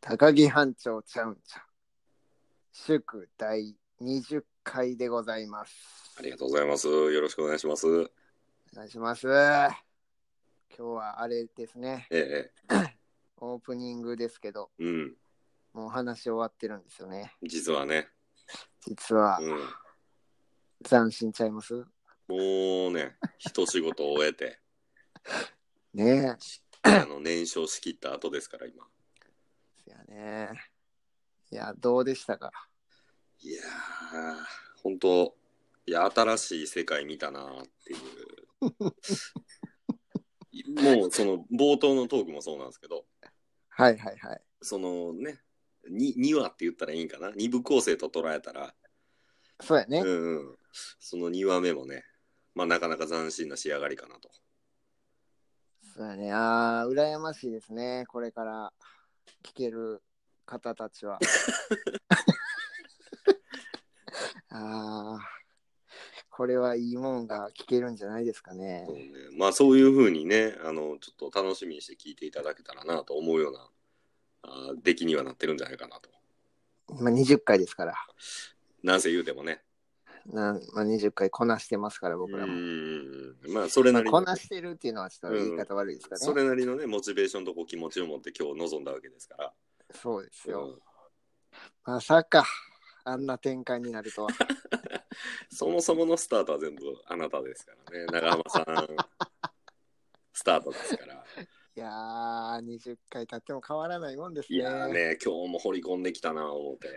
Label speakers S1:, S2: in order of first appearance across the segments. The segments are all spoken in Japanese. S1: 高木班長ちゃうんちゃん。祝第20回でございます
S2: あ。りがとうございます。よろしくお願いします。
S1: お願いします。今日はあれですね、
S2: え
S1: オープニングですけど、
S2: えうん。
S1: もう話終わってるんですよね。
S2: 実はね、
S1: 実は
S2: うん、
S1: 斬新ちゃいます
S2: もうね、一仕事終えて、
S1: ね
S2: あの燃焼しきった後ですから、今。
S1: え。いやね。いや、どうでしたか
S2: いやー、本当いや、新しい世界見たなーっていう。もう、その、冒頭のトークもそうなんですけど、
S1: はいはいはい。
S2: そのね、に2話って言ったらいいんかな2部構成と捉えたら、
S1: そうやね。
S2: うんうん、その2話目もね、まあ、なかなか斬新な仕上がりかなと。
S1: そうやね。ああ、羨ましいですね。これから聞ける方た ちは。ああ、これはいいもんが聞けるんじゃないですかね
S2: そ。うね、まあそういうふうにねあのちょっと楽しみにして聞いていただけたらなと思うようなあー出来にはなってるんじゃないかなと
S1: まあ、20回ですから。
S2: なんせ言うてもね
S1: なんまあ、20回こなしてますから、
S2: う
S1: 僕らも。
S2: んまあそれ
S1: ま
S2: な
S1: あ
S2: り
S1: こ
S2: の、
S1: なしてるっていうのはちょっと言い方悪いですからね。
S2: それなりのねモチベーションとこう気持ちを持って今日臨んだわけですから、
S1: そうです
S2: う
S1: よ。
S2: ん
S1: まさか、あんな展開になるとは。
S2: そもそものスタートは全部あなたですからね長浜さんスタートですから
S1: いやー、20回経っても変わらないもんです
S2: い
S1: ね。
S2: やーね今日も掘り込んできたな思って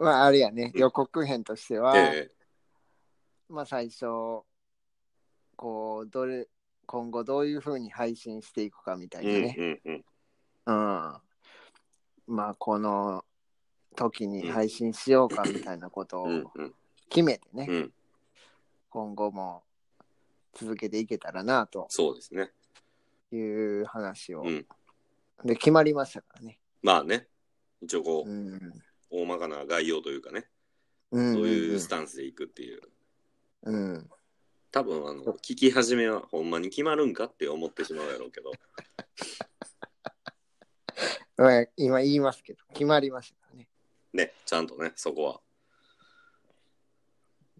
S1: まあ、あれやね、予告編としては、
S2: え
S1: まあ最初こうどれ今後どういう風に配信していくかみた
S2: え
S1: いなね、
S2: うんうんうん
S1: うんまあこの時に配信しようかみたいなことを
S2: うんうん
S1: 決めてね、
S2: うん
S1: 今後も続けていけたらなと
S2: そうですね
S1: いう話を、
S2: うん
S1: で決まりましたからね、
S2: まあね一応こう、
S1: うん
S2: 大まかな概要というかね、
S1: う
S2: そ
S1: ん
S2: ういううんスタンスでいくっていう、
S1: うん、
S2: 多分あの聞き始めはほんまに決まるんかって思ってしまうやろ うけど、
S1: まあ今言いますけど決まりましたからね
S2: ね、ちゃんとね、そこは。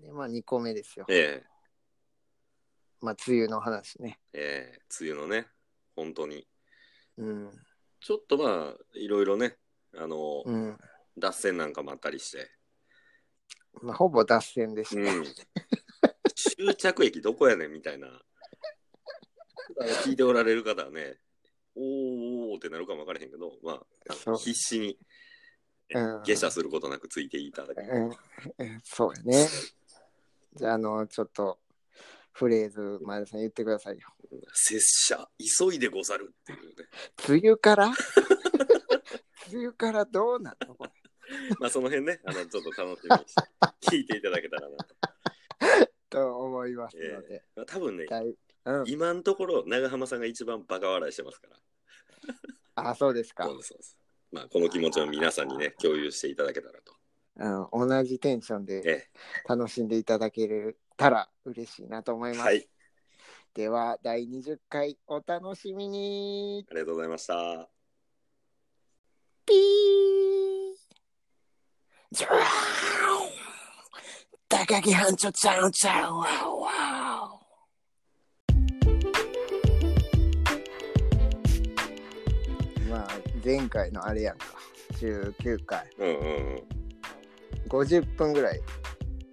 S1: でまあ2個目ですよ、
S2: え
S1: まあ梅雨の話ね
S2: えええ梅雨のね、本当に。
S1: うん
S2: ちょっとまあ、いろいろね、あの、
S1: うん
S2: 脱線なんかもあったり して、
S1: まあ、ほぼ脱線でし
S2: う
S1: たね、
S2: ん。終着駅どこやねんみたいな。聞いておられる方はね、おーおーってなるかもわからへんけど、ま
S1: そ
S2: あ、
S1: う
S2: 必死に
S1: うん
S2: 下車することなくついていただけ
S1: うんうんそうやね。じゃあ、あの、ちょっと、フレーズ、前田さん言ってくださいよ。
S2: 拙者急いでござるっていうね
S1: 梅雨 から梅雨からどうなのこれ
S2: まあその辺ねあのちょっと楽しみにして聞いていただけたらなと、
S1: と思いますので、
S2: まあ、多分ね
S1: だいうん、
S2: 今のところ長浜さんが一番バカ笑いしてますから
S1: あ、そうですか
S2: そう、ですそうですまあこの気持ちを皆さんにね共有していただけたらと
S1: うん。同じテンションで
S2: え
S1: 楽しんでいただけたら嬉しいなと思い
S2: え
S1: ます。
S2: はい
S1: では、第20回お楽しみに
S2: ありがとうございました
S1: ピージュワー高木班長ちゃんちゃんわおわおまあ前回のあれやんか19回
S2: うんうんうん
S1: 50分ぐらい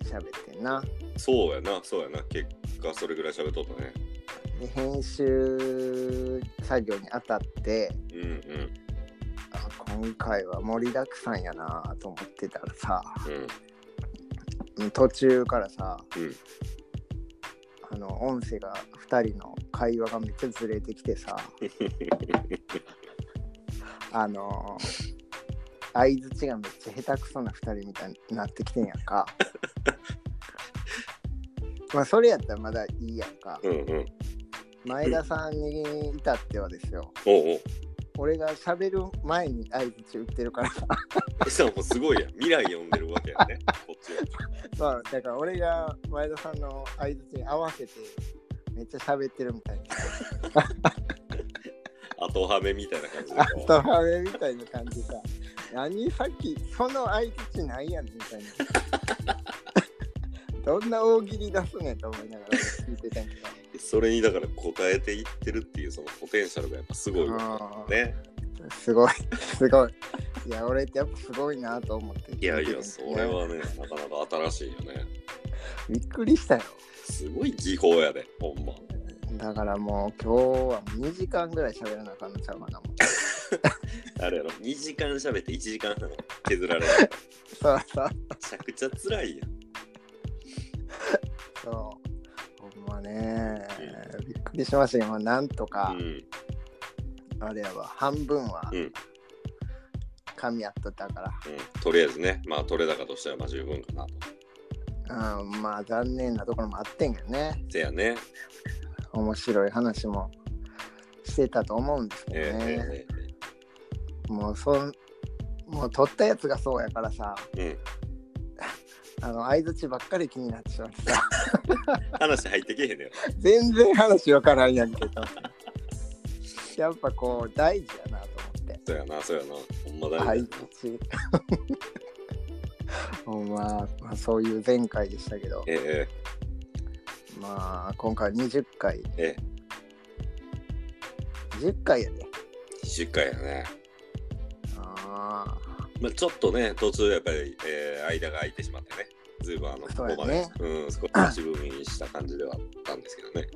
S1: 喋ってんな
S2: そうやなそうやな結果それぐらい喋っとったね
S1: で編集作業にあたって
S2: うんうん
S1: あ今回は盛りだくさんやなと思ってたらさ
S2: うん
S1: うん途中からさ、
S2: うん
S1: あの音声が2人の会話がめっちゃずれてきて さあの相づちがめっちゃ下手くそな2人みたいになってきてんやん かまあそれやったらまだいいやんか
S2: うんうん
S1: 前田さんに至ってはですよ
S2: おう
S1: 俺が喋る前に相づち打ってるからさ
S2: おうしかもすごいやん未来読んでるわけやねこっちは
S1: まあだから俺が前田さんの相づちに合わせてめっちゃ喋ってるみたいな
S2: 後はめみたいな感じで
S1: あ
S2: こう
S1: とはめみたいな感じか。何さっき、その相槌ないやんみたいな。 どんな大喜利出すねんと思いながら聞いてたんやけど。
S2: それにだから答えていってるっていうそのポテンシャルがやっぱすごいわ
S1: あー
S2: ね。
S1: すごい、すごい。いや、俺ってやっぱすごいなと思って聞て
S2: い
S1: て。
S2: やいや、それ
S1: いや。
S2: はね、なかなか新しいよね。
S1: びっくりしたよ。
S2: すごい技法やで、ほんま。
S1: だからもう今日はもう2時間ぐらい喋らなあかんのちゃうかな。もう
S2: あれやろ、2時間喋って1時間半削られる。め
S1: そうそう
S2: ちゃくちゃ辛いやん。
S1: そう。ほんまね、びっくりしましたよ。まあなんとか、
S2: うん、
S1: あれやわ、半分は
S2: うん、うん。
S1: 噛み合っとったから。
S2: とりあえずね、まあ取れ高としてはまあ十分かなと。
S1: うん、まあ残念なところもあってんけどね
S2: せやね。
S1: 面白い話もしてたと思うんですけ
S2: え
S1: ど
S2: え
S1: ね、
S2: え
S1: もうそんもう撮ったやつがそうやからさ
S2: ええ え
S1: あの相づちばっかり気になってしまってさ
S2: うん。話入ってけへんねよ。
S1: 全然話わからんやんけど やっぱこう大事やなと思って
S2: そうやな、そうやな。ほんまだ
S1: 相
S2: ね
S1: づ。ち ほんままあ、そういう前回でしたけど
S2: ええ
S1: まあ今回20回
S2: えええ
S1: 10回やで
S2: え20回やね。
S1: ああ
S2: まあ、ちょっとね、途中やっぱり、えー間が空いてしまってね、ずいぶんあの、
S1: そうやね
S2: ここまで、うん、少し足踏みした感じではあったんですけどね。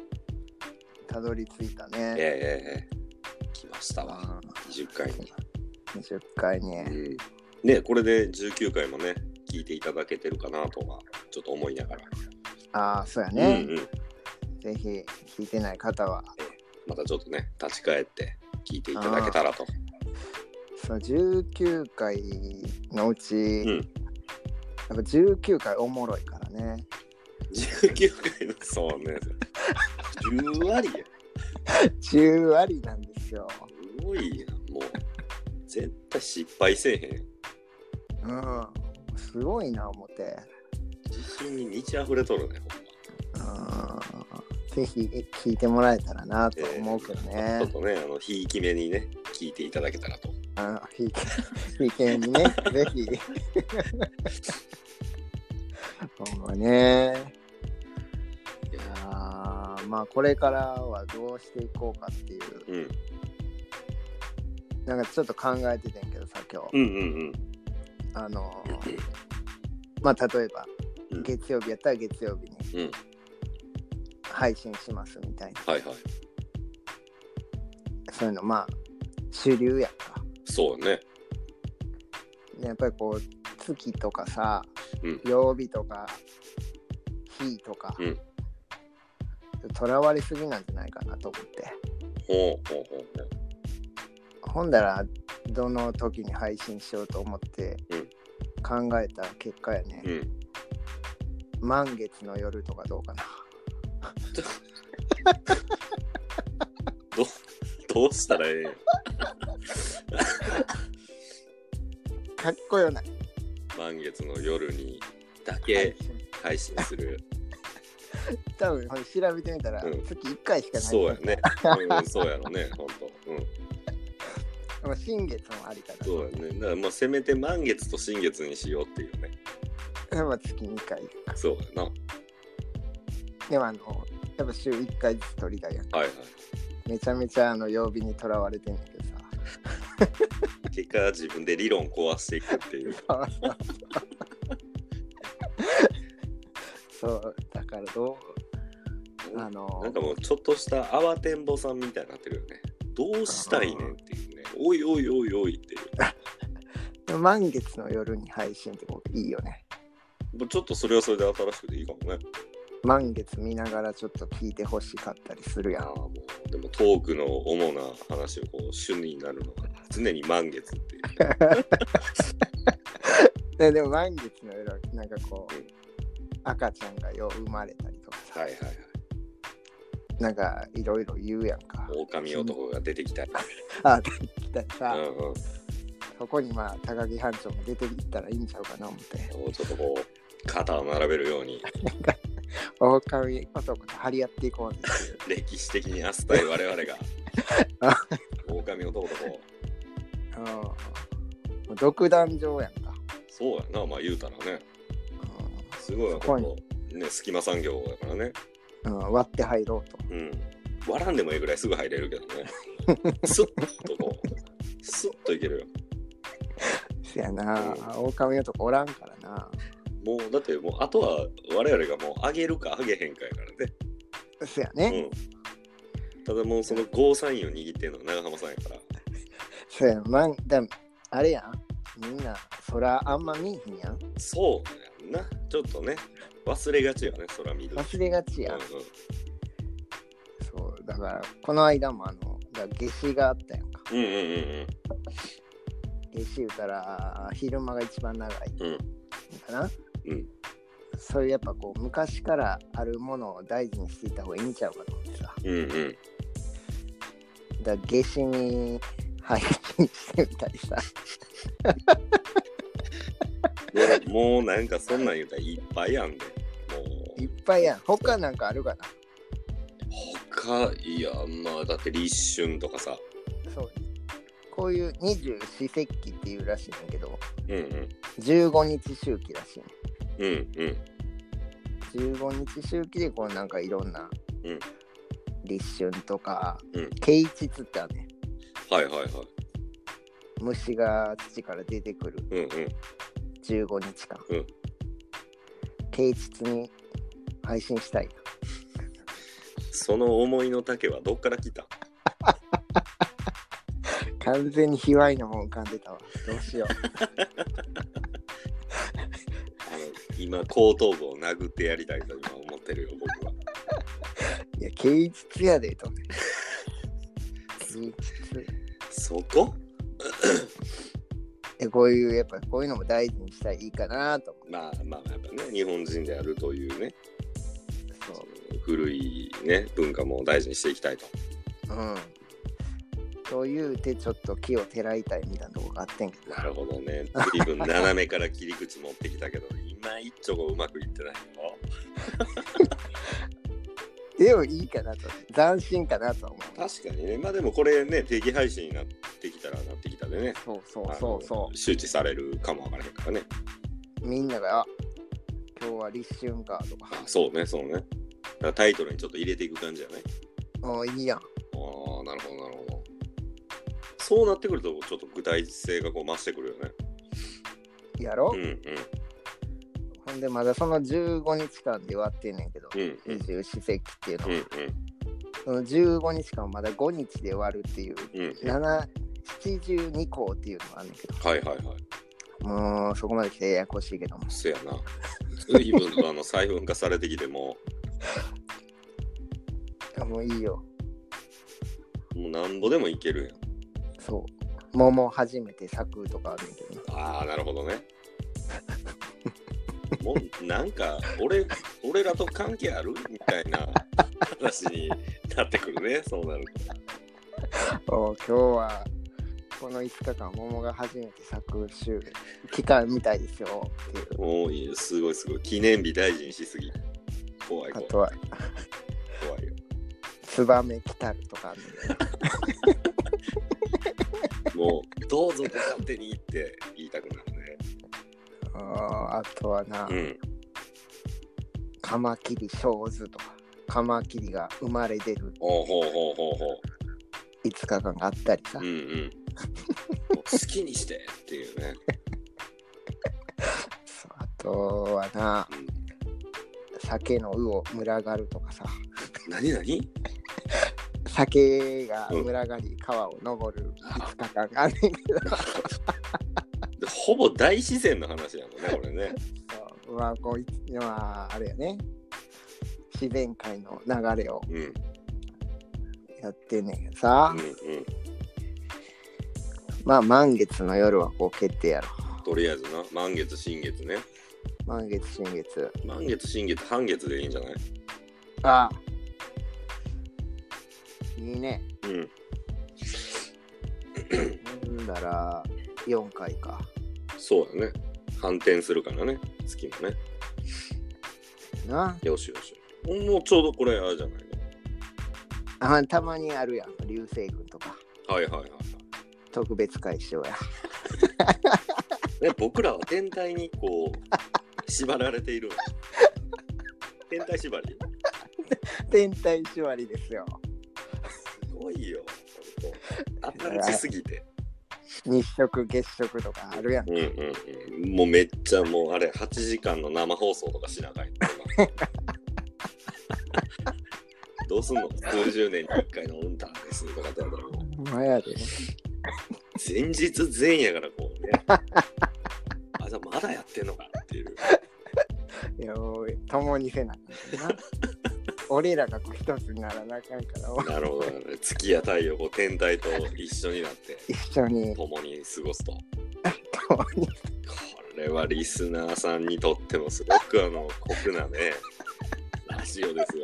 S1: たどり着いたね、
S2: ええええええ来ましたわ、
S1: あ
S2: 20回に。
S1: ー20回ね
S2: う。ん、ね、これで19回もね、聞いていただけてるかなとは、ちょっと思いながら、
S1: ああ、そうやね、
S2: うんうん、
S1: ぜひ聞いてない方は。
S2: またちょっとね、立ち返って聞いていただけたらと。
S1: そう19回のうち、
S2: ん
S1: やっぱ19回おもろいからね。
S2: 19回の、そうね、10割や。
S1: 10割なんですよ。
S2: すごいやん、もう。絶対失敗せえへん。
S1: うん。すごいな、思って。
S2: 自信に満ち溢れとるね、ほんま。
S1: うん。ぜひ聞いてもらえたらなと思うけど
S2: えー
S1: ね
S2: ちょっ。とね、あの、ひいきめにね、聞いていただけたらと。
S1: あひいひいけ にね、ぜひ。ほんまね。いやーまあこれからはどうしていこうかっていう、
S2: うん。
S1: なんかちょっと考えててんけどさ、今日。
S2: うんうんうん。
S1: あのー、まあ例えば
S2: うん、
S1: 月曜日やったら月曜日
S2: う
S1: に
S2: ん
S1: 配信しますみたいな、
S2: はいはい。
S1: そういうのまあ主流やんか。
S2: そうね。
S1: でやっぱりこう月とかさ、
S2: うん
S1: 曜日とか日とか
S2: うん
S1: とら、囚われすぎなんじゃないかなと思って
S2: ほうほうほうほう。
S1: ほんだらどの時に配信しようと思って
S2: うん
S1: 考えた結果やね、
S2: うん。
S1: 満月の夜とかどうかな
S2: ど、どうしたらええんや
S1: かっこよない
S2: 満月の夜にだけ配信する。
S1: 多分これ調べてみたら、
S2: うん
S1: 月1回しかない
S2: そうやね。うん、そうやろね、ほんと。うん。
S1: まあ新月もありかな
S2: そうやね。だからまあ、せめて満月と新月にしようっていうね。
S1: まあ月2回
S2: そうやな。
S1: でもあのやっぱ週1回ずつ撮りたいやん
S2: はいはい。
S1: めちゃめちゃあの曜日にとらわれてんだけどさ
S2: 結果、自分で理論壊していくっていう。
S1: そうそうそうそうだからどうあの
S2: なんかもうちょっとした慌てんぼさんみたいになってるよね。どうしたいねんっていうね。おいおいおいおいっていう。
S1: 満月の夜に配信って僕いいよね
S2: もうちょっとそれはそれで新しくていいかもね。
S1: 満月見ながらちょっと聞いてほしかったりする
S2: い
S1: や
S2: や
S1: ん
S2: ーもう、でもトークの主な話をこう主になるのが常に満月っていう。
S1: ででも満月の夜はなんかこう赤ちゃんがよう生まれたりとかさ
S2: はいはいはい。
S1: なんかいろいろ言うやんか
S2: 狼男が出てきたり。
S1: あだだって
S2: うん
S1: さ、
S2: うん。も
S1: そこにまあ高木班長も出ていったらいいんちゃうかな思って
S2: うちょっとこう、肩を並べるように、
S1: 狼男と張り合っていこうっていう
S2: 歴史的に明日たい我々が狼男とこ。
S1: うんもう独壇場やんか。
S2: そうやな、まあ言うたらね。
S1: う
S2: すごいわ、
S1: そこに
S2: このね、隙間産業やからね。
S1: んうん、割って入ろうと。
S2: うん。割らんでもいいぐらいすぐ入れるけど ね。スッとこう、スッといけるよ。
S1: せやな、狼男おらんからな。
S2: もう、だってもう、あとは我々がもう、あげるかあげへんかやから
S1: せやね、
S2: ね。うん。ただもう、そのゴーサインを握ってんのは長浜さんやから。
S1: せや、まん、でもあれやん。みんな、そらあんま見えひんやん。
S2: そうやんな。ちょっとね、忘れがちよね、空見る。
S1: 忘れがちやん。
S2: うんうん
S1: そう、だから、この間もあの、だから夏至があったやんか。
S2: うんうんうん
S1: 夏至言うたら、昼間が一番長い
S2: うん。うん。
S1: かな。
S2: うん
S1: そういうやっぱこう、昔からあるものを大事にしていた方がいいんちゃうかと思ってさ。
S2: うんうん。
S1: だから夏至に 配信してみたりさ。
S2: でもうなんかそんなん言うたらいっぱいやんで。も
S1: いうっぱいやん。他なんかあるかな
S2: 他いやまあだって立春とかさ。
S1: そう。こういう二十四節気っていうらしいねんだけど、
S2: うんうん
S1: 15日周期らしいね
S2: うんうん
S1: ん。15日周期でこうなんかいろんな
S2: うん
S1: 立春とか、
S2: うん
S1: 啓蟄ってあるねん。
S2: はいはいはい。
S1: 虫が土から出てくる
S2: うんうん
S1: 15日間。
S2: うん
S1: 啓蟄に配信したいな。
S2: その思いの丈はどっから来た
S1: 完全に卑猥なもん浮かんでたわ。どうしよ
S2: あの今後頭部を殴ってやりたいと今思ってるよ僕は。
S1: う。いや、啓蟄やでと ね。啓蟄。
S2: そこ
S1: えこういうやっぱこういうのも大事にしたらいいかなと思
S2: まあまあやっぱね日本人であるというね
S1: ってそ
S2: 古いね文化も大事にしていきたいと。
S1: ううんというてちょっと木をてらいたいみたいなとこがあってんけど
S2: なるほどね。随分斜めから切り口持ってきたけど、今一丁がうまくいってないよ。
S1: でもいいかなと斬新かなとは思う
S2: 確かにね。まあでもこれね、定期配信になってきたらなってきたでね。
S1: そうそうそうそ
S2: あの周知されるかもわからへんからね。
S1: うみんながあ今日は立春かとか
S2: あそうね、そうね。だからタイトルにちょっと入れていく感じやね。
S1: あいいやん
S2: ああ、なるほど、なるほど。そうなってくると、ちょっと具体性がこう増してくるよね。
S1: やろ、
S2: うんうん
S1: ほんでまだその15日間で割ってんねんけど、
S2: うんうん
S1: 二十四節気っていうの
S2: うん
S1: は、その15日間をまだ5日で割るっていう
S2: うんうん。
S1: 7 72項っていうのがあんねんけど
S2: はいはいはい。
S1: もうそこまで来てややこしいけども。
S2: せやな。随分とあの細分化されてきてもう。
S1: もういいよ。
S2: もうなんぼでもいける
S1: そう。桃初めて咲くとかあるんだけど
S2: やん。ああ、なるほどね。もうなんか俺俺らと関係あるみたいな話になってくるね、そうなる
S1: な。お今日はこの5日間桃が初めて咲く週期間みたいですよっていう。
S2: と。もういいよすごいすごい。記念日大事にしすぎ。怖い
S1: あ
S2: 怖い
S1: とは
S2: 怖いよ。
S1: ツバメ来たるとかあるんだけど。
S2: もうどうぞご勝手にって言いたくなるね。
S1: あーあとはな
S2: う、ん。
S1: カマキリ小図とか。カマキリが生まれ出る
S2: ほうほうほうほうほ
S1: 5日間があったりさ
S2: う。うんうん。もう好きにしてっていうね。
S1: そうあとはな
S2: うん、
S1: 酒の鵜を群がるとかさ
S2: 何何
S1: 酒が群がり川を登る5日間があるんだけど
S2: ほぼ大自然の話やもんね、これね。
S1: そう まあこういまああれやね自然界の流れを
S2: うん。うん
S1: やってんねんけどさ、
S2: うん。
S1: まあ満月の夜はこう決定やろ
S2: とりあえずな、満月、新月ね。
S1: 満月新月
S2: 満月、新月、半月でいいんじゃない
S1: ああいいね
S2: うん。
S1: ほんだら4回か
S2: そうだね。反転するからね、月もね。
S1: な
S2: よしよし。もうちょうどこれ、あれじゃないの。
S1: あたまにあるやん流星群とか
S2: はいはいはいはい。
S1: 特別解消や
S2: ね、僕らは天体にこう、縛られている。天体縛り。
S1: 天体縛りですよ
S2: すごいよ。本当アナウンスすぎて。
S1: 日食月食とかあるやん
S2: うんうんうん。もうめっちゃもうあれ、8時間の生放送とかしながらやってます。どうすんの数十年に1回のウンターですとかだったらもう
S1: マやで
S2: 前日前夜からこうねあじゃあまだやってんのかって いう
S1: いやおい共にせなあ かんな俺らが一つにならなあかんからお
S2: なるほど、月や太陽こう天体と一緒になって
S1: 一緒に
S2: 共に過ごすとこ
S1: 共に
S2: れはリスナーさんにとってもすごくあの酷な ねラジオですよ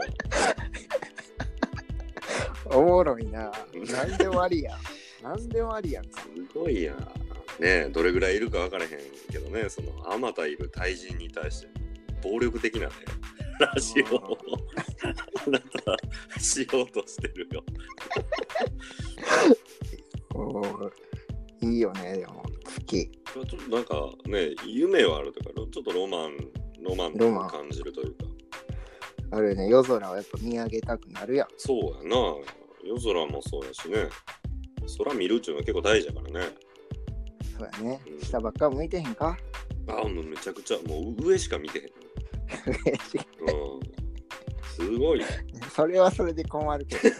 S1: おもろいななんでもありやんなんでもありやんか
S2: すごいやねどれぐらいいるか分からへんけどねそのあまたいる対人に対して暴力 的なねラジオをあ なたはしようとしてるよ
S1: おーいいよねでも月
S2: まあちょっとなんかね、夢はあるというか、ちょっとロマン、ロマ
S1: ロマ
S2: ン
S1: ン
S2: を感じるというか、
S1: あれね夜空をやっぱ見上げたくなるやん
S2: そうやな、夜空もそうやしね、空見るっていうのは結構大事やからね。
S1: そうやね下ばっか向いてへんか
S2: ああ、もうめちゃくちゃ、もう上しか見てへん。うん。すごい。
S1: それはそれで困るけ ど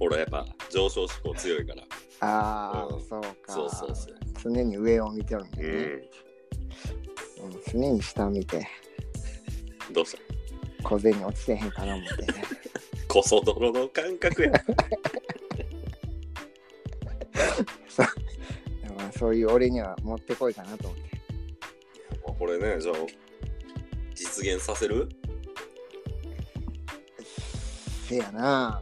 S2: 俺やっぱ上昇志向強いから。
S1: ああ、
S2: うん
S1: そうか
S2: そうそうそう。
S1: 常に上を見てるんだ
S2: う
S1: よね、
S2: ん。
S1: うん常に下見て
S2: どうした
S1: 小銭落ちてへんかな思って ね
S2: こそ泥の感覚や。
S1: でもまあそういう俺には持ってこいかなと思って
S2: もうこれね、じゃあ、実現させる
S1: せやな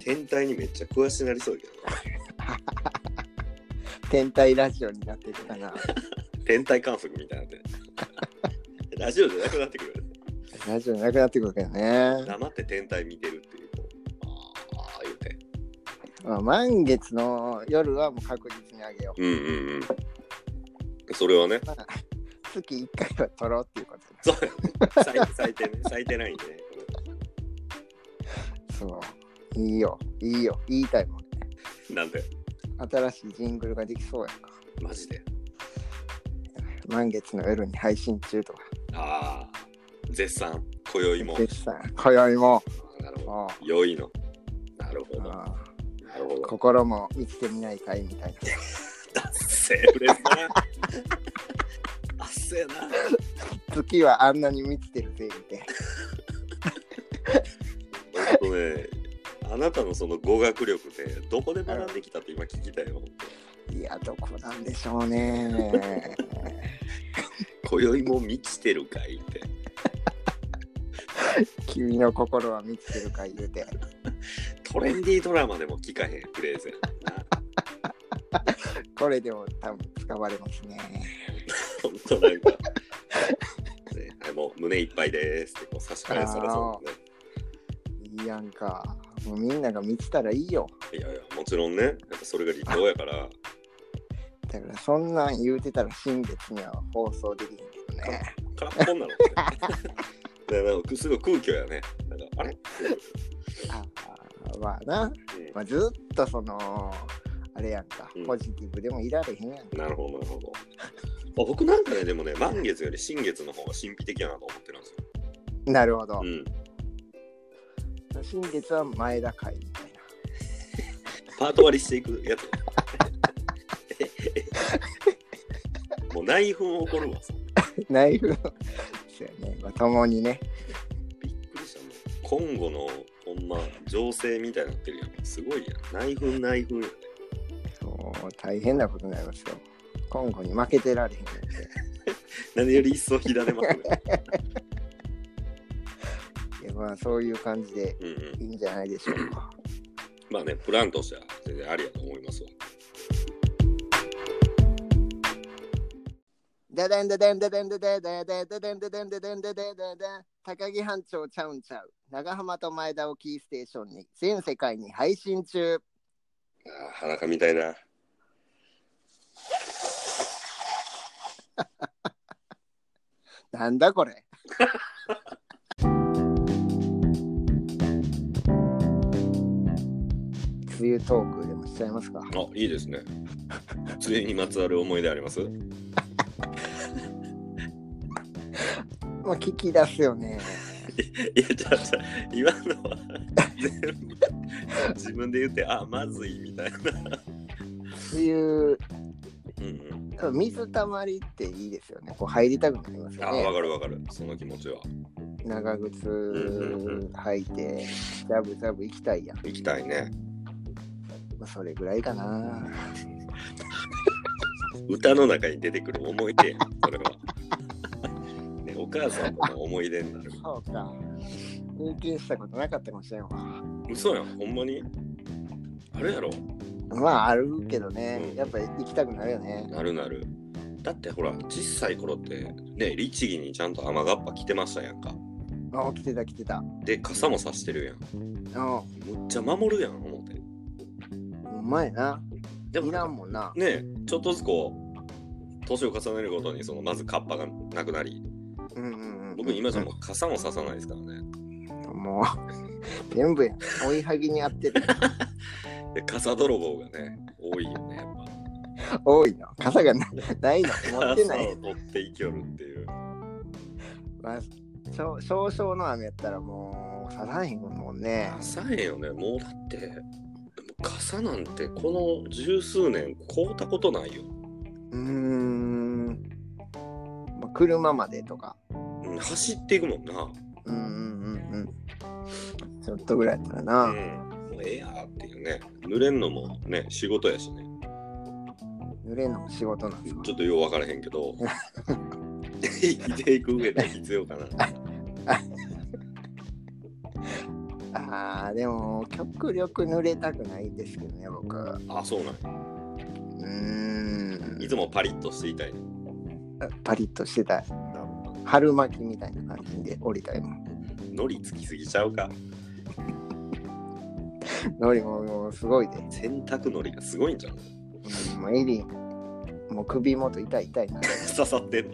S2: 天体にめっちゃ詳しなりそうやけどな。
S1: 天体ラジオになっていく かな
S2: 天体観測みたいになって。ラジオじゃなくなってくるよね。
S1: ラジオなくなってくるけどね、
S2: 黙って天体見てるっていう。こうああ、言うて。
S1: まあ、満月の夜はもう確実にあげよ
S2: うんうんうん。それはね
S1: う、、まあ、月1回は撮ろうっていうことだ
S2: そう最最低ね、最低ラインね。
S1: そういいよいいよいいタイム
S2: なんで、
S1: 新しいジングルができそうやんか
S2: マジで。
S1: 満月の夜に配信中とか
S2: ああ、絶賛、今宵も。
S1: 絶賛今宵も
S2: あなるほど。
S1: も
S2: 良いの。なるほ
S1: う
S2: ど。な
S1: ああ
S2: るほど。
S1: 心も満ちてみないかいみたいな
S2: 達成ぶれな。達成な。
S1: 月はあんなに満ちてるぜ言うて
S2: 本当ね、あなたのその語学力って、どこで学んできたって今聞きたいよ。
S1: いやどこなんでしょうね
S2: 今宵も満ちてるかいって。
S1: 君の心は満ちてるか言うて
S2: トレンディードラマでも聞かへんフレーズやな。
S1: これでも多分使われますね
S2: ほんとなんか。ねはい、もう胸いっぱいですってこう差し返されそうない
S1: いやんかもうみんなが満ちたらいいよ
S2: ね。いやいや、もちろんね、やっぱそれが理想やから、
S1: だからそんなん言うてたら新月には放送できへんけどね
S2: 空っぽになの。でなんかすごい空虚やね。なんかあれ、
S1: ああまあな、まあ、ずっとそのあれやんか
S2: うん
S1: ポジティブでもいられへんやん
S2: うんなるほど、なるほど。あ僕なんかね、でもね、満月より新月の方が神秘的やなと思ってるんですよ。
S1: なるほど
S2: うん。
S1: 新月は前田会みたいな
S2: パート割りしていくやつ。 もう内紛起こるわ、そんな
S1: ナイフですよね。まあ、共にね。
S2: びっくりしたね。コンゴのほんま情勢みたいになってるやん。すごいやん。内紛内紛やね。
S1: そう大変なことになりますよ。今後に負けてられへんなんて。
S2: 何より一層火だれますね。
S1: いやまあそういう感じで
S2: うんうん。
S1: いいんじゃないでしょうか。
S2: まあね、プランとしては全然ありやと思いますわ。
S1: ででんででんででんででででででんででんででんでででで高木班長ちゃうんちゃう長浜と前田をキーステーションに全世界に配信中
S2: あー裸みたいな。
S1: なんだこれ梅雨トークでもしちゃいますか
S2: あ、いいですね。梅雨にまつわる思い出あります
S1: まあ聞き出すよね
S2: いや、じゃあ、じゃあ今のは全部自分で言って、あ、まずいみたいな。
S1: 梅雨
S2: うんうん。
S1: 多分水たまりっていいですよねこう入りたくなります
S2: あ、
S1: よ
S2: わ
S1: ね
S2: かるわかる。その気持ちは。
S1: 長靴履いてジャブジャブ行きたいやん、
S2: 行きたいね。
S1: まあ、それぐらいかな
S2: 歌の中に出てくる思い出やそれは。ね、お母さんとの思い出になる。
S1: そうか。運転したことなかったかもしれんわ。
S2: 嘘やん、ほんまに。あれやろ
S1: まあ、あるけどね
S2: う。ん
S1: やっぱ行きたくなるよね。
S2: なるなる。だってほら、小さい頃って、ね、律儀にちゃんと雨がっぱ着てましたやんか。
S1: あ、来てた来てた。
S2: で、傘もさしてるやん。
S1: う
S2: むっちゃ守るやん、思って。
S1: ん。うまいな。
S2: でも
S1: いらんもんな。
S2: ねちょっとずつこう年を重ねるごとにそのまずカッパがなくなり
S1: うんうんうん。
S2: 僕今じゃもう傘もささないですからね
S1: もう、 全部やん。追いはぎに合ってる。
S2: で傘泥棒がね多いよねやっ
S1: 多いの。傘がなないの。持
S2: ぱ
S1: ってな
S2: 傘を
S1: い。
S2: 取っていきよるっていう
S1: まあ、しょ少々の雨やったらもう、さらへんもんね。
S2: 傘へんよねもうだってでも傘なんてこの十数年買うたことないよ
S1: うーん。まあ、車までとか。
S2: うん走っていくもんな、
S1: うんうんうんうん。ちょっとぐらいやったらな。
S2: うん、もうええやーっていうね濡れんのもね仕事やしね
S1: 濡れんのも仕事なんですか
S2: ちょっとよう分からへんけど生きていく上で必要かな
S1: ああでも極力濡れたくないんですけどね僕う
S2: あそうなんや
S1: ー
S2: い
S1: ん
S2: つもパリッとしていたい。
S1: パリッとしてたい春巻きみたいな感じで降りたいもん
S2: のりつきすぎちゃうか。
S1: のりももうすごいで
S2: 洗濯のりがすごいんじゃん。
S1: もうエリもう首元痛い痛いな、
S2: 刺さってんの。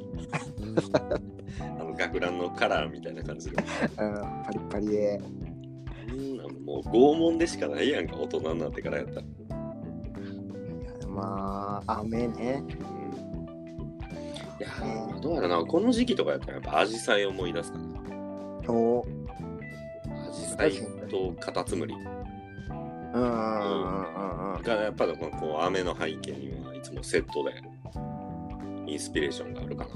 S2: あの学ランのカラーみたいな感じで。
S1: うん、パリッパリで
S2: うんなもう拷問でしかないやんか、大人になってからやったら。
S1: まあ雨ね
S2: うんいやーどうやらな、この時期とかやったらやっぱアジサイ思い出すかな。
S1: おうん
S2: アジサイとカタツムリ
S1: うんうんうん
S2: がやっぱりこのこう雨の背景にはいつもセットでインスピレーションがあるかな。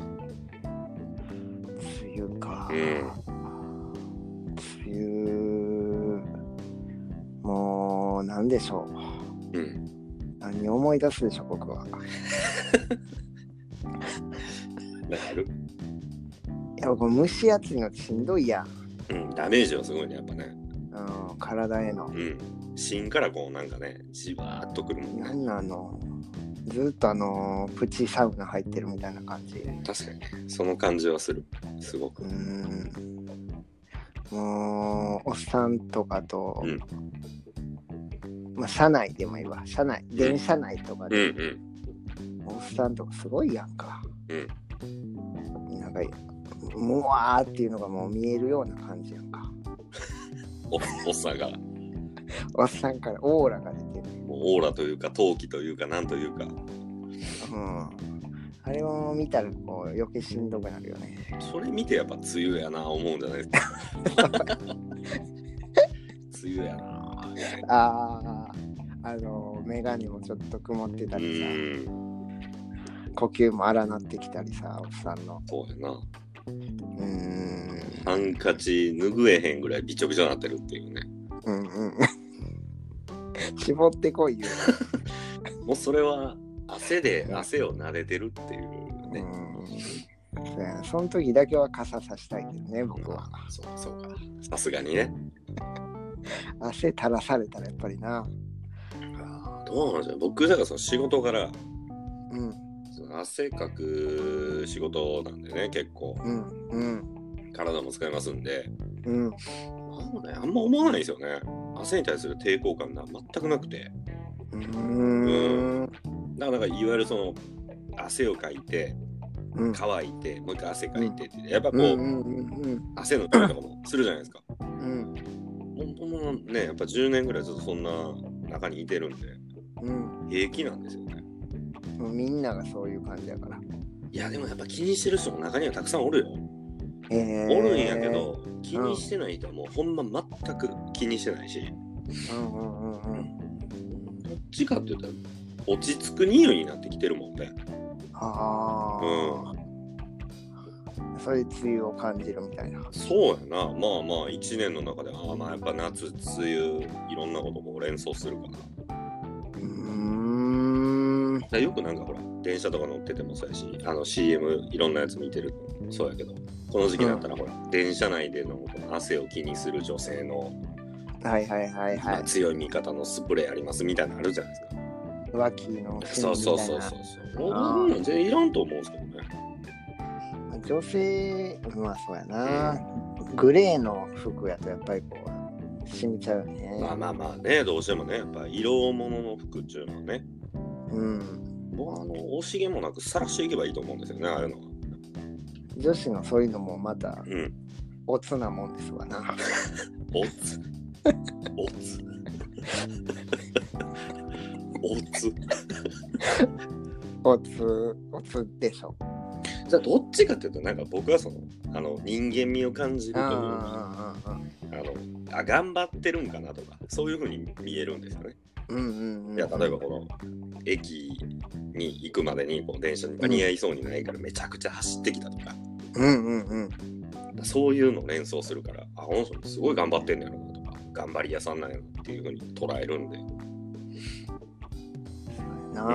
S1: 梅雨か、
S2: うん
S1: 梅雨もう何でしょう
S2: うん。
S1: 何を思い出すでしょ僕は。
S2: なんかある
S1: いや僕蒸し暑いのしんどいやん、
S2: うん、ダメージはすごいね、やっぱね。
S1: うん、体への。
S2: うん。芯からこうなんかね、じわーっとくるもんね。
S1: 何なのずっとあのプチサウナ入ってるみたいな感じ。
S2: 確かにね、その感じはする。すごく。
S1: う。
S2: うん
S1: もうおっさんとかと、
S2: うん
S1: まあ車内でもいいわ車内電車内とか
S2: んう
S1: で、
S2: ん。
S1: おっさんとかすごいやんか。
S2: うん
S1: なんかもわーっていうのがもう見えるような感じやんか。
S2: おおっさんが、も
S1: おっさんからオーラが出てる。
S2: うオーラというか、陶器というか、なんというか、
S1: うんあれを見たらこう余計しんどくなるよね。
S2: それ見てやっぱ梅雨やな、思うんじゃな いですか。梅雨やな。
S1: ああ、あの、眼鏡もちょっと曇ってた
S2: う
S1: り
S2: ん、
S1: さ、呼吸も荒なってきたりさ、おっさんの。
S2: そうやな。
S1: うーん、
S2: ハンカチ拭えへんぐらいびちょびちょになってるっていうね。
S1: うん うん。絞ってこいよ。
S2: もうそれは汗で汗を撫でてるっていう
S1: う
S2: ね。
S1: んそうやなその時だけは傘さしたいけどね、僕は。
S2: そうそうか。さすがにね。
S1: 汗垂らされたらやっぱりな。
S2: あーどうなんじゃ僕だからその仕事から
S1: うん。
S2: 汗かく仕事なんでね、結構、
S1: うんうん
S2: 体も使いますんで、
S1: うん
S2: なんかね、あんま思わないんですよね。汗に対する抵抗感が全くなくて。
S1: うーん
S2: だから、なんかいわゆるその、汗をかいて、
S1: うん
S2: 乾いて、もう一回汗かいてって、やっぱこ
S1: う
S2: う、
S1: んうんうん
S2: 汗のかきとかもするじゃないですか。
S1: うん
S2: 本当もね、やっぱ10年ぐらいずっとそんな中にいてるんで、
S1: うん
S2: 平気なんですよね。
S1: もうみんながそういう感じやから
S2: いや、でもやっぱ気にしてる人も中にはたくさんおるよ。
S1: えー
S2: おるんやけど、気にしてない人はもうほんま全く気にしてないし、
S1: うんうんうんうん
S2: どっちかって言ったら、落ち着く匂いになってきてるもんね。
S1: ああそういう梅雨を感じるみたいな
S2: そうやな、まあまあ1年の中で、ああまあやっぱ夏、梅雨、いろんなことこう連想するから。だか
S1: うーん
S2: らよくなんかほら、電車とか乗っててもそうやし、あの CM いろんなやつ見てるそうやけど、この時期だったらほら、電車内でのこの汗を気にする女性の、
S1: はいはいはい
S2: ま
S1: は
S2: あ
S1: い
S2: 強い味方のスプレーありますみたいなのあるじゃないですか。
S1: 浮気の
S2: そうそうそうそうそう。あんなん全然いらんと思うんですけどね。
S1: 女性まあそうやなグレーの服やとやっぱりこう染みちゃうね
S2: まあまあまあね、どうしてもね、やっぱ色物の服っていうのはね、
S1: うん
S2: 僕はあの惜しげもなくさらしていけばいいと思うんですよね、ああいうのは。
S1: 女子のそういうのもまた
S2: うん。
S1: おつなもんですわな
S2: おつ。お つ。おつ。
S1: おつおつでしょ
S2: じゃあどっちかっていうと、なんか僕はその、あの人間味を感じる
S1: う
S2: というん
S1: うん
S2: か、あの、あ、頑張ってるんかなとか、そういうふうに見えるんですよね。
S1: うんうんうんうん
S2: いや例えばこの駅に行くまでにこう電車に間に合いそうにないからめちゃくちゃ走ってきたとか、
S1: うんうんうん
S2: そういうのを連想するからあこの人すごい頑張ってんのやろなとか頑張り屋さんなんやなっていうふうに捉えるんで
S1: な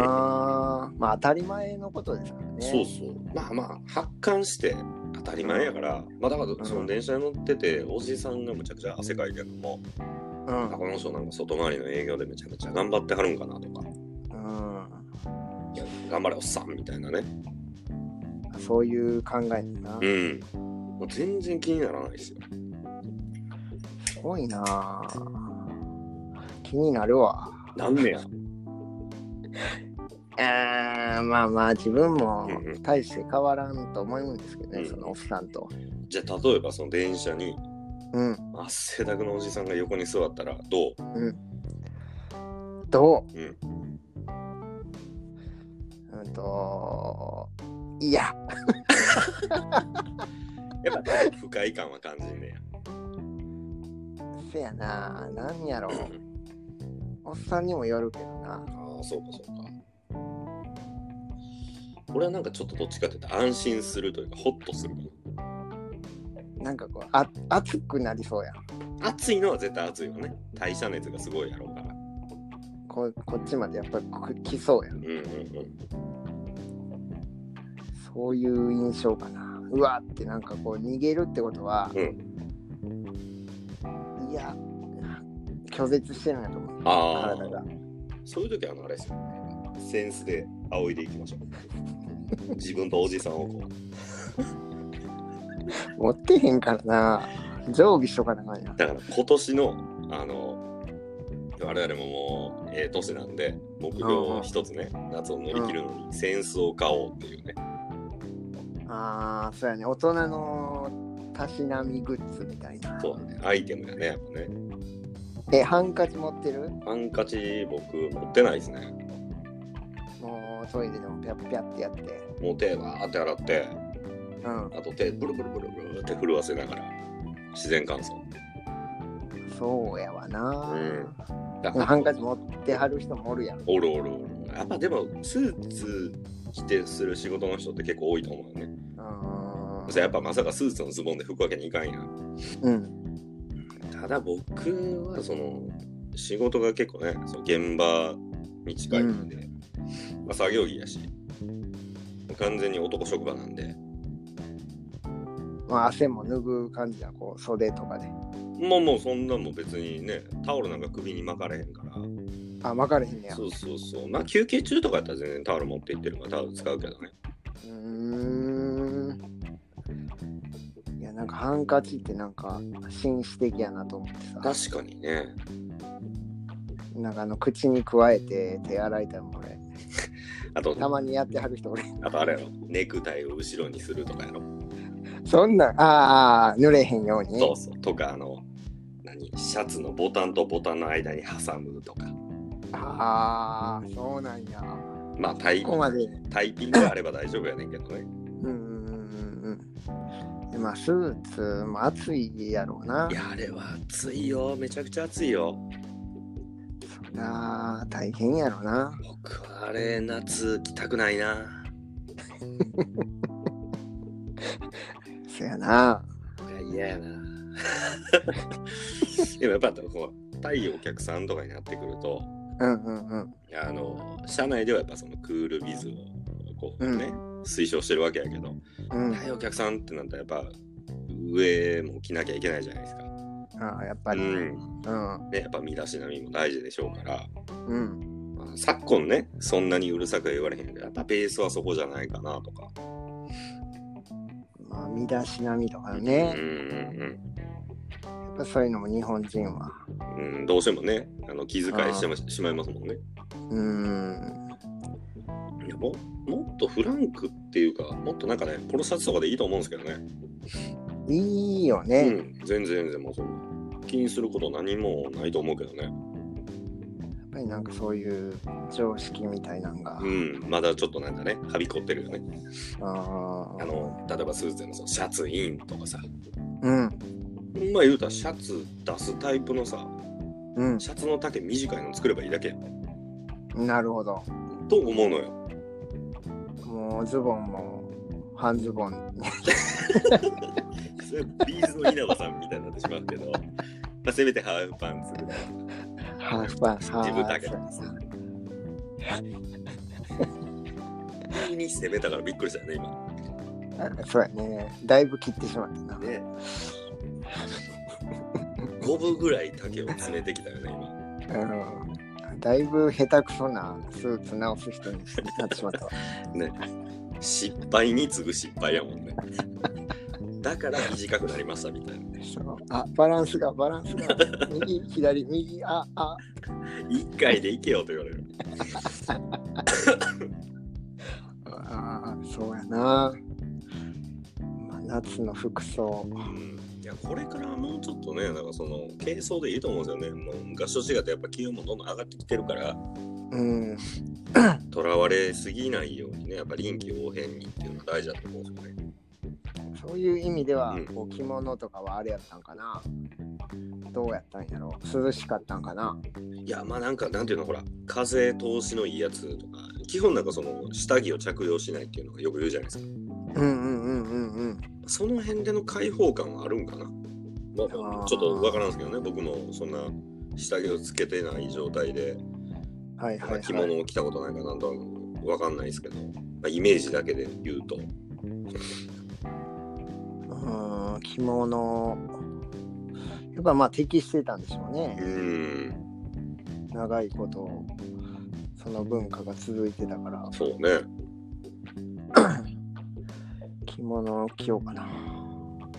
S1: あまあ当たり前のことですからね
S2: そうそうまあまあ発汗して当たり前やから、まあ、だからその電車に乗ってておじさんがむちゃくちゃ汗かいてるのも、
S1: う
S2: あこの人なんか外回りの営業でめちゃくちゃ頑張ってはるんかなとか
S1: ん、
S2: いや頑張れおっさんみたいなね
S1: うん、そういう考えだな、
S2: うんもう全然気にならないですよ
S1: すごいなあ気になるわ
S2: なんねや
S1: えー、まあまあ自分も
S2: うんうん
S1: 大して変わらんと思うんですけどね、
S2: うん
S1: そのおっさんと。
S2: じゃあ例えばその電車に
S1: うん、
S2: 汗だくのおじさんが横に座ったらどう
S1: どう、
S2: うん
S1: うんといや
S2: やっぱ不快感は感じんね
S1: せやななんやろ
S2: や。
S1: おっさんにもよるけどな
S2: ああ、そうかそうか。俺はなんかちょっとどっちかって言ったら安心するというか、ホッとするか
S1: なんかこうあ熱くなりそうやん
S2: な。暑いのは絶対暑いよね。代謝熱がすごいやろうから。
S1: ここっちまでやっぱりく来そうやん
S2: うんうんうん。
S1: そういう印象かなうわってなんかこう逃げるってことは、
S2: う
S1: いや拒絶してるんやと思う
S2: あ
S1: 体が
S2: あ、そういう時はあのあれですよ。センスで仰いでいきましょ う。自分とおじさんをこう。
S1: 持ってへんからな常備しとかなあかんやん
S2: だから今年の、あの、我々ももう、ええ年なんで、目標を一つね、夏を乗り切るのに、センスを買おうっていうね。
S1: ああそうやね大人のたしなみグッズみたいな
S2: そうだね、アイテムやね、やっぱね。
S1: えハンカチ持ってる
S2: ハンカチ、僕、持ってないですね。
S1: もうトイレでもピャッピャってやって
S2: もう手、わーって洗って、
S1: うん
S2: あと手、ブルブルブルブルって震わせながら、自然乾燥。
S1: そうやわな、
S2: うんだ
S1: ハンカチ持ってはる人もおるやん
S2: おるおるおる。やっぱでも、スーツ着てする仕事の人って結構多いと思うよね。
S1: うん
S2: そしたらやっぱまさかスーツのズボンで拭くわけにいかんやん。
S1: うん
S2: ただ僕はその仕事が結構ねその現場に近いんで、まあ、作業着やし完全に男職場なんで
S1: まあ汗も拭う感じだこう袖とかで
S2: もうもうそんなんも別にねタオルなんか首に巻かれへんから
S1: あ、分かれへんねや。
S2: そううそうそう。まあ休憩中とかやったら全然タオル持って行ってるからタオル使うけどね。
S1: ーん。いや、なんかハンカチってなんか紳士的やなと思ってさ。
S2: 確かにね。
S1: なんかあの口に加えて手洗いたいもん俺。
S2: あと、
S1: たまにやってはる人 俺。
S2: あとあれやろ。ネクタイを後ろにするとかやろ。
S1: そんなん、ああ、濡れへんように。
S2: そうそう。とか、あの、何シャツのボタンとボタンの間に挟むとか。
S1: ああ、そうなんや。
S2: まあタイ
S1: ここまで。
S2: タイピングがあれば大丈夫やねんけど ね。。
S1: うんうんうんうん。でまあ、スーツも暑いやろうない
S2: や、あれは暑いよ。めちゃくちゃ暑いよ。
S1: ああ、大変やろうな。
S2: 僕はあれ、夏着たくないな。
S1: そやな。
S2: いや、嫌やな。 でもやっぱこう、対お客さんとかになってくると、
S1: うんうんうん。
S2: あの、社内ではやっぱそのクールビズをこうね、
S1: う
S2: 推奨してるわけやけど、
S1: うん、
S2: 対お客さんってなったらやっぱ上も着なきゃいけないじゃないですか。
S1: ああ、やっぱ
S2: う
S1: り。うん。
S2: ん。
S1: うん。
S2: ね、やっぱ身だしなみも大事でしょうから、
S1: うん。
S2: まあ昨今ね、そんなにうるさくは言われへんけど、やっぱベースはそこじゃないかなとか。
S1: まあ、身だしなみとか
S2: う
S1: ね。
S2: ん
S1: やっぱそういうのも日本人は。
S2: うんうん、うんどうしてもね、あの気遣いしてましまいますもんね。
S1: うん。
S2: いやももっとフランクっていうか、もっとなんかね、ポロシャツとかでいいと思うんですけどね。
S1: いいよ
S2: う
S1: ね。
S2: ん、全然全然もうそんな気にすること何もないと思うけどね。
S1: やっぱりなんかそういう常識みたいなんが。
S2: うん、まだちょっとなんかね、はびこってるよね。
S1: あ
S2: あ
S1: あ。
S2: の、例えばスーツでもそうシャツインとかさ、
S1: うん。
S2: ほんま言うたらシャツ出すタイプのさ、
S1: うん。
S2: シャツの丈短いの作ればいいだけ
S1: なるほど。
S2: と思うのよ。
S1: もうズボンも半ズボン。
S2: それビーズの稲葉さんみたいになってしまうけど、まあ、せめてハーフパンツぐらい。
S1: ハーフパンツ。
S2: 自分だけ
S1: ハ
S2: だ
S1: ーフパンツ
S2: 急に攻めたからびっくりしたよね、今。
S1: あ そうやね。だいぶ切ってしまったな。
S2: ね。5分ぐらい丈を詰めてきたよね、今。
S1: うん。だいぶ下手くそなスーツ直す人になってしまったわ。
S2: 失敗に次ぐ失敗やもんね。だから短くなりましたみたいな。
S1: そうあバランスがバランスが右左右ああ
S2: 一回でいけよと言われる。
S1: あーそうやな、まあ、夏の服装
S2: うんいやこれからもうちょっとね、なんかその軽装でいいと思うんですよね。もう昔と違ってやっぱ気温もどんどん上がってきてるから、
S1: うん
S2: とらわれすぎないようにね、やっぱ臨機応変にっていうのが大事だと思うんですよね。
S1: そういう意味では、
S2: うん
S1: こう着物とかはあれやったんかなどうやったんやろ涼しかったんかない
S2: や、まあなんかなんていうの、ほら、風通しのいいやつとか、基本なんかその下着を着用しないっていうのがよく言うじゃないですか。
S1: うんうんうんうんうん
S2: その辺での開放感はあるんかな。まあ、
S1: あー
S2: ちょっとわからんですけどね、僕もそんな下着をつけてない状態で、
S1: はいはい、
S2: ま
S1: は
S2: あ、
S1: い、
S2: 着物を着たことないからなんとなくわかんないですけど、まあ、イメージだけで言うと。
S1: うん着物やっぱまあ適してたんでしょうね
S2: うーん、
S1: 長いことその文化が続いてたから
S2: そうね。
S1: 着物を着ようかな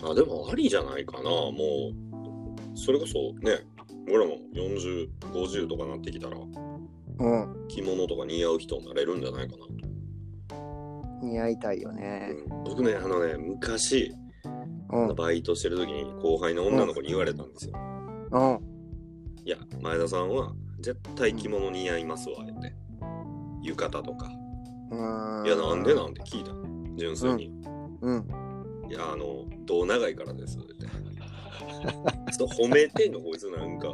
S2: あでもありじゃないかな。もう、それこそね、俺らも40、50とかなってきたら、
S1: うん
S2: 着物とか似合う人になれるんじゃないかなと。
S1: 似合いたいよね。
S2: うん僕ね、あのね、昔、
S1: うん。うん。
S2: バイトしてる時に後輩の女の子に言われたんですよ。いや、前田さんは絶対着物似合いますわ、って。浴衣とか。
S1: うん。
S2: いや、なんでなんて聞いた。純粋に。
S1: うん。
S2: いや、あの、胴長いからです。って。ちょっと褒めてんの、こいつなんか。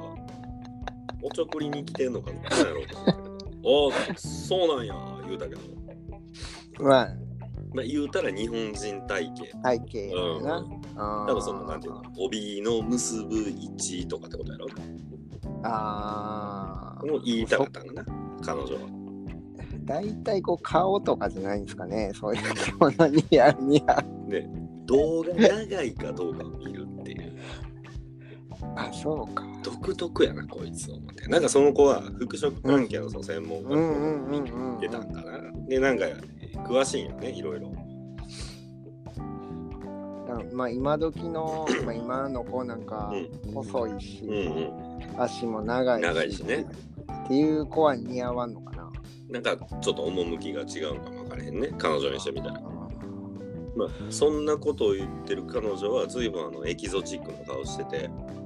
S2: おちょくりに来てんのかななんやろうと思ったけど。ああ、そうなんや、言うたけど。
S1: まあ、
S2: まあ、言うたら日本人体型。
S1: 体型
S2: うん。
S1: や
S2: 多
S1: な。
S2: 分その、なんていうの、帯の結ぶ位置とかってことやろ。
S1: ああ。
S2: もう言いたかったんかな、彼女は。
S1: 大体こう顔とかじゃないんですかね。そういう着物に似合う。似合う
S2: ね、動画長いかどうかを見るっていう。
S1: あ、そうか。
S2: 独特やなこいつ思ってなんかその子は服飾関係のその専門学
S1: う
S2: 校
S1: んうんうんうん、うん。
S2: 出たんかな、でなんか詳しいんよねいろいろ
S1: うんまあ今時 の、まあ今の子なんか細いし、
S2: うんうん
S1: 足も長いし
S2: 長いしね
S1: っていう子は似合わんのかな。
S2: なんかちょっと趣が違うのかも分からへんね彼女にしてみたら
S1: う
S2: まあそんなことを言ってる彼女は随分あのエキゾチックな顔してて
S1: ん。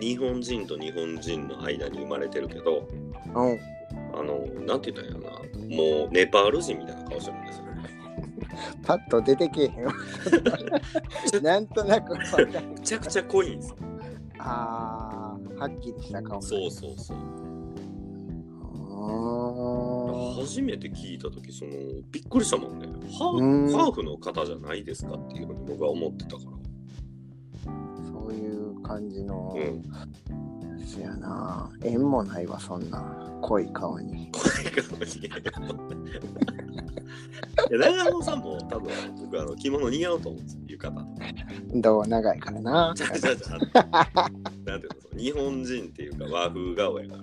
S2: 日本人と日本人の間に生まれてるけど
S1: うん。
S2: あのなんて言ったんやろなもうネパール人みたいな顔してるんですよね
S1: パッと出てけえへ んわなんとなくわかる。
S2: めちゃくちゃ濃いんですよ
S1: ああ、はっきりした顔。
S2: そうそうそう
S1: う
S2: 初めて聞いた時そのびっくりしたもんねハ
S1: うん
S2: ーハーフの方じゃないですかっていうふうに僕は思ってたか
S1: ーんそういう感じの
S2: ら、う、ん、
S1: せやな。縁もないわ、そんな濃い顔に。
S2: これがいや長野さんも多分僕あの着物似合うと思うんですよ浴 衣
S1: どう長いからな。
S2: じゃあじゃあじゃあなんていうのその日本人っていうか和風顔やか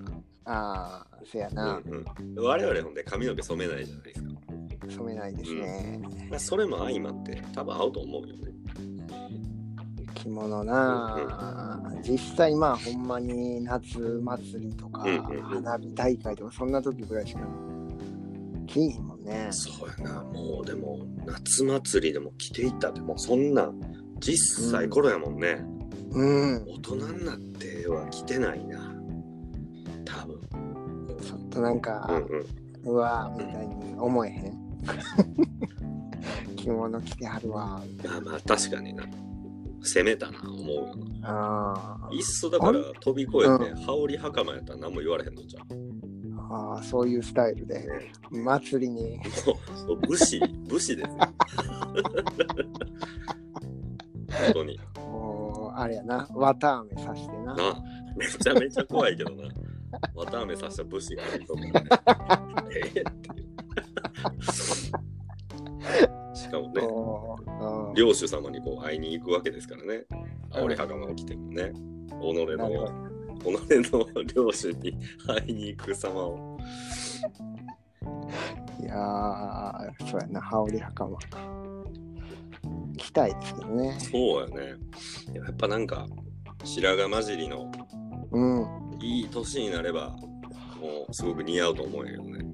S1: ああ、せや
S2: ら、
S1: な。
S2: うんうん、我々ほんで髪の毛染めないじゃないですか
S1: 染めないですね。
S2: まあそれも相まって多分合うと思うよね
S1: 着物なあ実際まあほんまに夏祭りとか
S2: うんうんうん
S1: 花火大会とかそんな時ぐらいしか着いひんもんね
S2: そうやな、もうでも、夏祭りでも着ていったって、もうそんな、実際頃やもんね、
S1: うん
S2: 大人になっては着てないな、多分。
S1: ちょっとなんか
S2: うんうん。
S1: うわーみたいに思えへん着物着てはるわーみたい
S2: まあまあ、確かにな。攻めたな、思うよな。
S1: なあ
S2: いっそだから飛び越えて、
S1: う
S2: 羽織袴やったら何も言われへんのじゃん。
S1: ーあーそういうスタイルで
S2: ね
S1: 祭りに
S2: もう武士、武士ですよ。本当に。
S1: もうあれやな綿あめさしてな
S2: なめちゃめちゃ怖いけどな。綿あめさした武士がいると思うね。えーっ ていうしかもね、
S1: こううん
S2: 領主様にこう会いに行くわけですからね。羽織袴を着てもね、己
S1: なるほ
S2: の、己の領主に会いに行く様を。
S1: いやー、そうやな、羽織袴か。着たいですけどね。
S2: そうやね。やっぱなんか、白髪混じりの
S1: うん。
S2: いい年になれば、もうすごく似合うと思うんやけどね。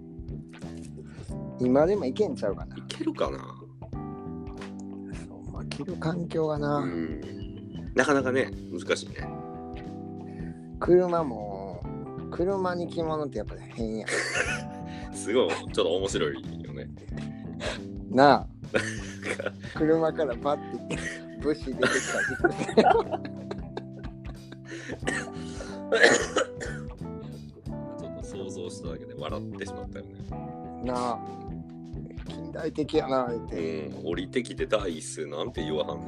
S1: 今でもいけんちゃうかな。
S2: いけるかな
S1: そうまあ、着る環境がな、
S2: うんなかなかね、難しいね。
S1: 車も、車に着物ってやっぱ変や。
S2: すごい、ちょっと面白いよね。
S1: なあ。車からバッて武士出てきたりして。
S2: ちょっと想像しただけで笑ってしまったよね。
S1: なあ。近代的やな、言うて。
S2: うん、降りてきて第一声なんて言わはんね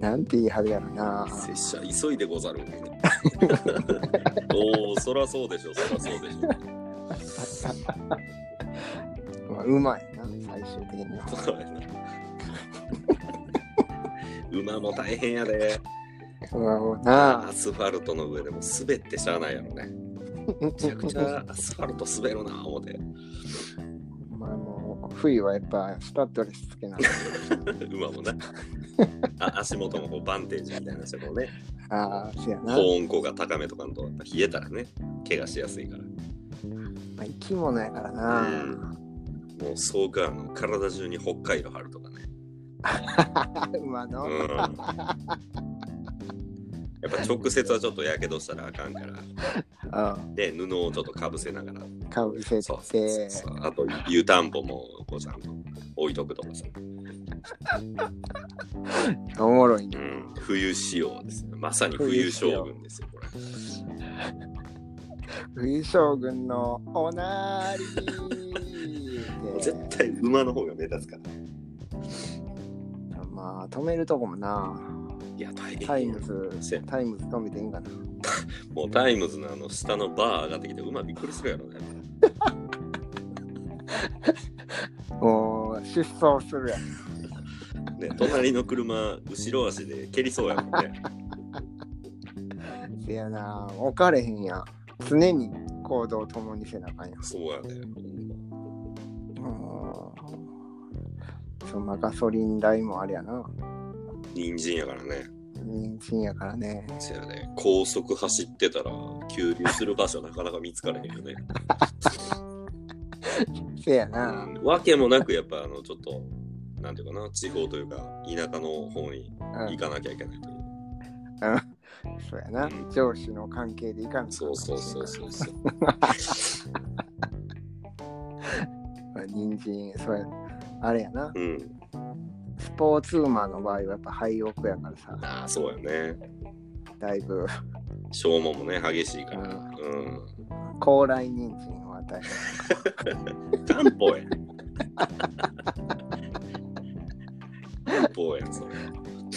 S1: なんて言い張るやろな。
S2: ん。拙者急いでござる。おお、そらそうでしょ、そらそうで しょ。
S1: まあ、うまいな、最終的には。
S2: そうやな馬も大変やで。
S1: うわ、もうな
S2: アスファルトの上でも滑ってしゃあないやろね。めちゃくちゃアスファルト滑るな、思て。
S1: まあ、もう、冬はやっぱスタッドレスつ けない。
S2: 馬もな。あ足元もこうバンテージみたいな人もね。
S1: ああ、せやな。
S2: 高温効果高めとかのとやっぱ冷えたらね怪我しやすいから
S1: まあ、生き物やからな。
S2: もうそうかあの体中に北海道貼るとかね
S1: 馬
S2: う
S1: の。
S2: んやっぱ直接はちょっとやけどしたらあかんから
S1: うん。
S2: で布をちょっとかぶせながら
S1: かぶせ
S2: そうそうそう
S1: て。
S2: そうあと湯たんぽもこうちゃんと置いとくとかさ、
S1: おもろいね
S2: う。ん、冬仕様ですよまさに冬将軍ですよこれ
S1: 冬将軍のおなり
S2: もう
S1: で。
S2: 絶対馬の方が目立つから
S1: まあ、止めるとこもな。
S2: いや大
S1: タイ
S2: 変
S1: ムズ、
S2: せや
S1: タイムズ止めていいんかな。
S2: もうタイムズのあの下のバー上がってきて馬びっくりするやろね
S1: もう、失踪するやん。
S2: ね、隣の車、後ろ足で蹴りそうやもんね。
S1: せやな、置かれへんやん。常に行動を共にせなあかんやん。
S2: そうやね。
S1: うんそんなガソリン代もあれやな。
S2: 人参やからね。
S1: 人参やからね。
S2: せやね。高速走ってたら、給油する場所なかなか見つからへんよね。
S1: せや
S2: う
S1: な。
S2: ん、わけもなく、やっぱ、あの、ちょっと、なんていうかな、地方というか、田舎の方に
S1: うん
S2: 行かなきゃいけないという。
S1: そうやな。
S2: うん
S1: 上司の関係でいかんと
S2: そうそうそうそうそう。
S1: まあ人参、そうや。あれやな。
S2: うん。
S1: スポーツウーマンの場合はやっぱ廃屋やからさ、
S2: ああ、そうやね。
S1: だいぶ
S2: 消耗もね、激しいから。うん。
S1: 高麗人参は大変。
S2: 担保や。担保や、それ。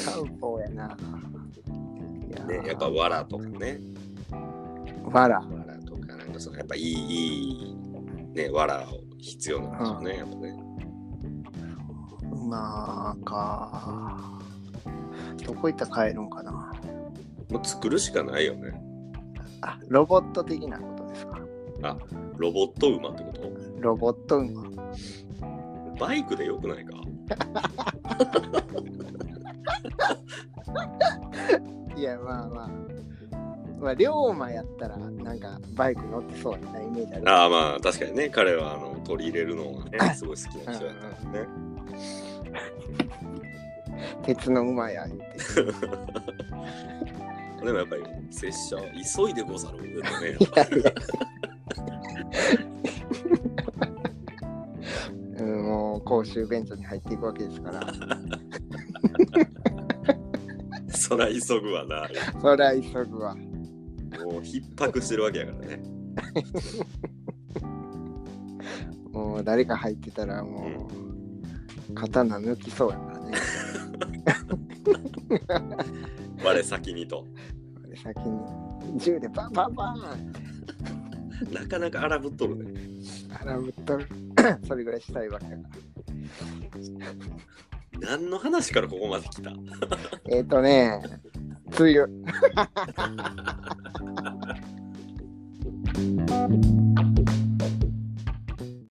S1: 漢方やな。い
S2: ね、やっぱ、
S1: ー
S2: わらとかね。
S1: わら。
S2: わらとか、なんかその、やっぱいい、いい、ね、わらを必要なんでしょうね、やっぱね。
S1: まあか。どこ行ったら買えるんかな。
S2: もう作るしかないよね。
S1: あ、ロボット的なことですか。
S2: ロボット馬ってこと
S1: ロボット馬。
S2: バイクでよくないか
S1: いや、まあまあ。まあ、龍馬やったら、なんかバイク乗ってそうなイメージある。
S2: ああ、まあ、確かにね、彼はあの取り入れるのがね、すごい好きな人やったんでね。
S1: 鉄の馬や言うて。
S2: でもやっぱり、拙者は急いでござる
S1: いや
S2: よね。
S1: いや うん、もう公衆便所に入っていくわけですから、
S2: そら急ぐわな。
S1: そりゃ急ぐわ。
S2: もう、逼迫してるわけやからね。
S1: もう誰か入ってたらもう刀抜きそうやからね。
S2: 我先にと。
S1: 俺先に銃でバンバンバン
S2: なかなか荒ぶっとるね。
S1: 腹ぶっと るそれぐらいしたいわけやか
S2: 何の話からここまで来た
S1: ら。えっ、ー、とね、梅雨。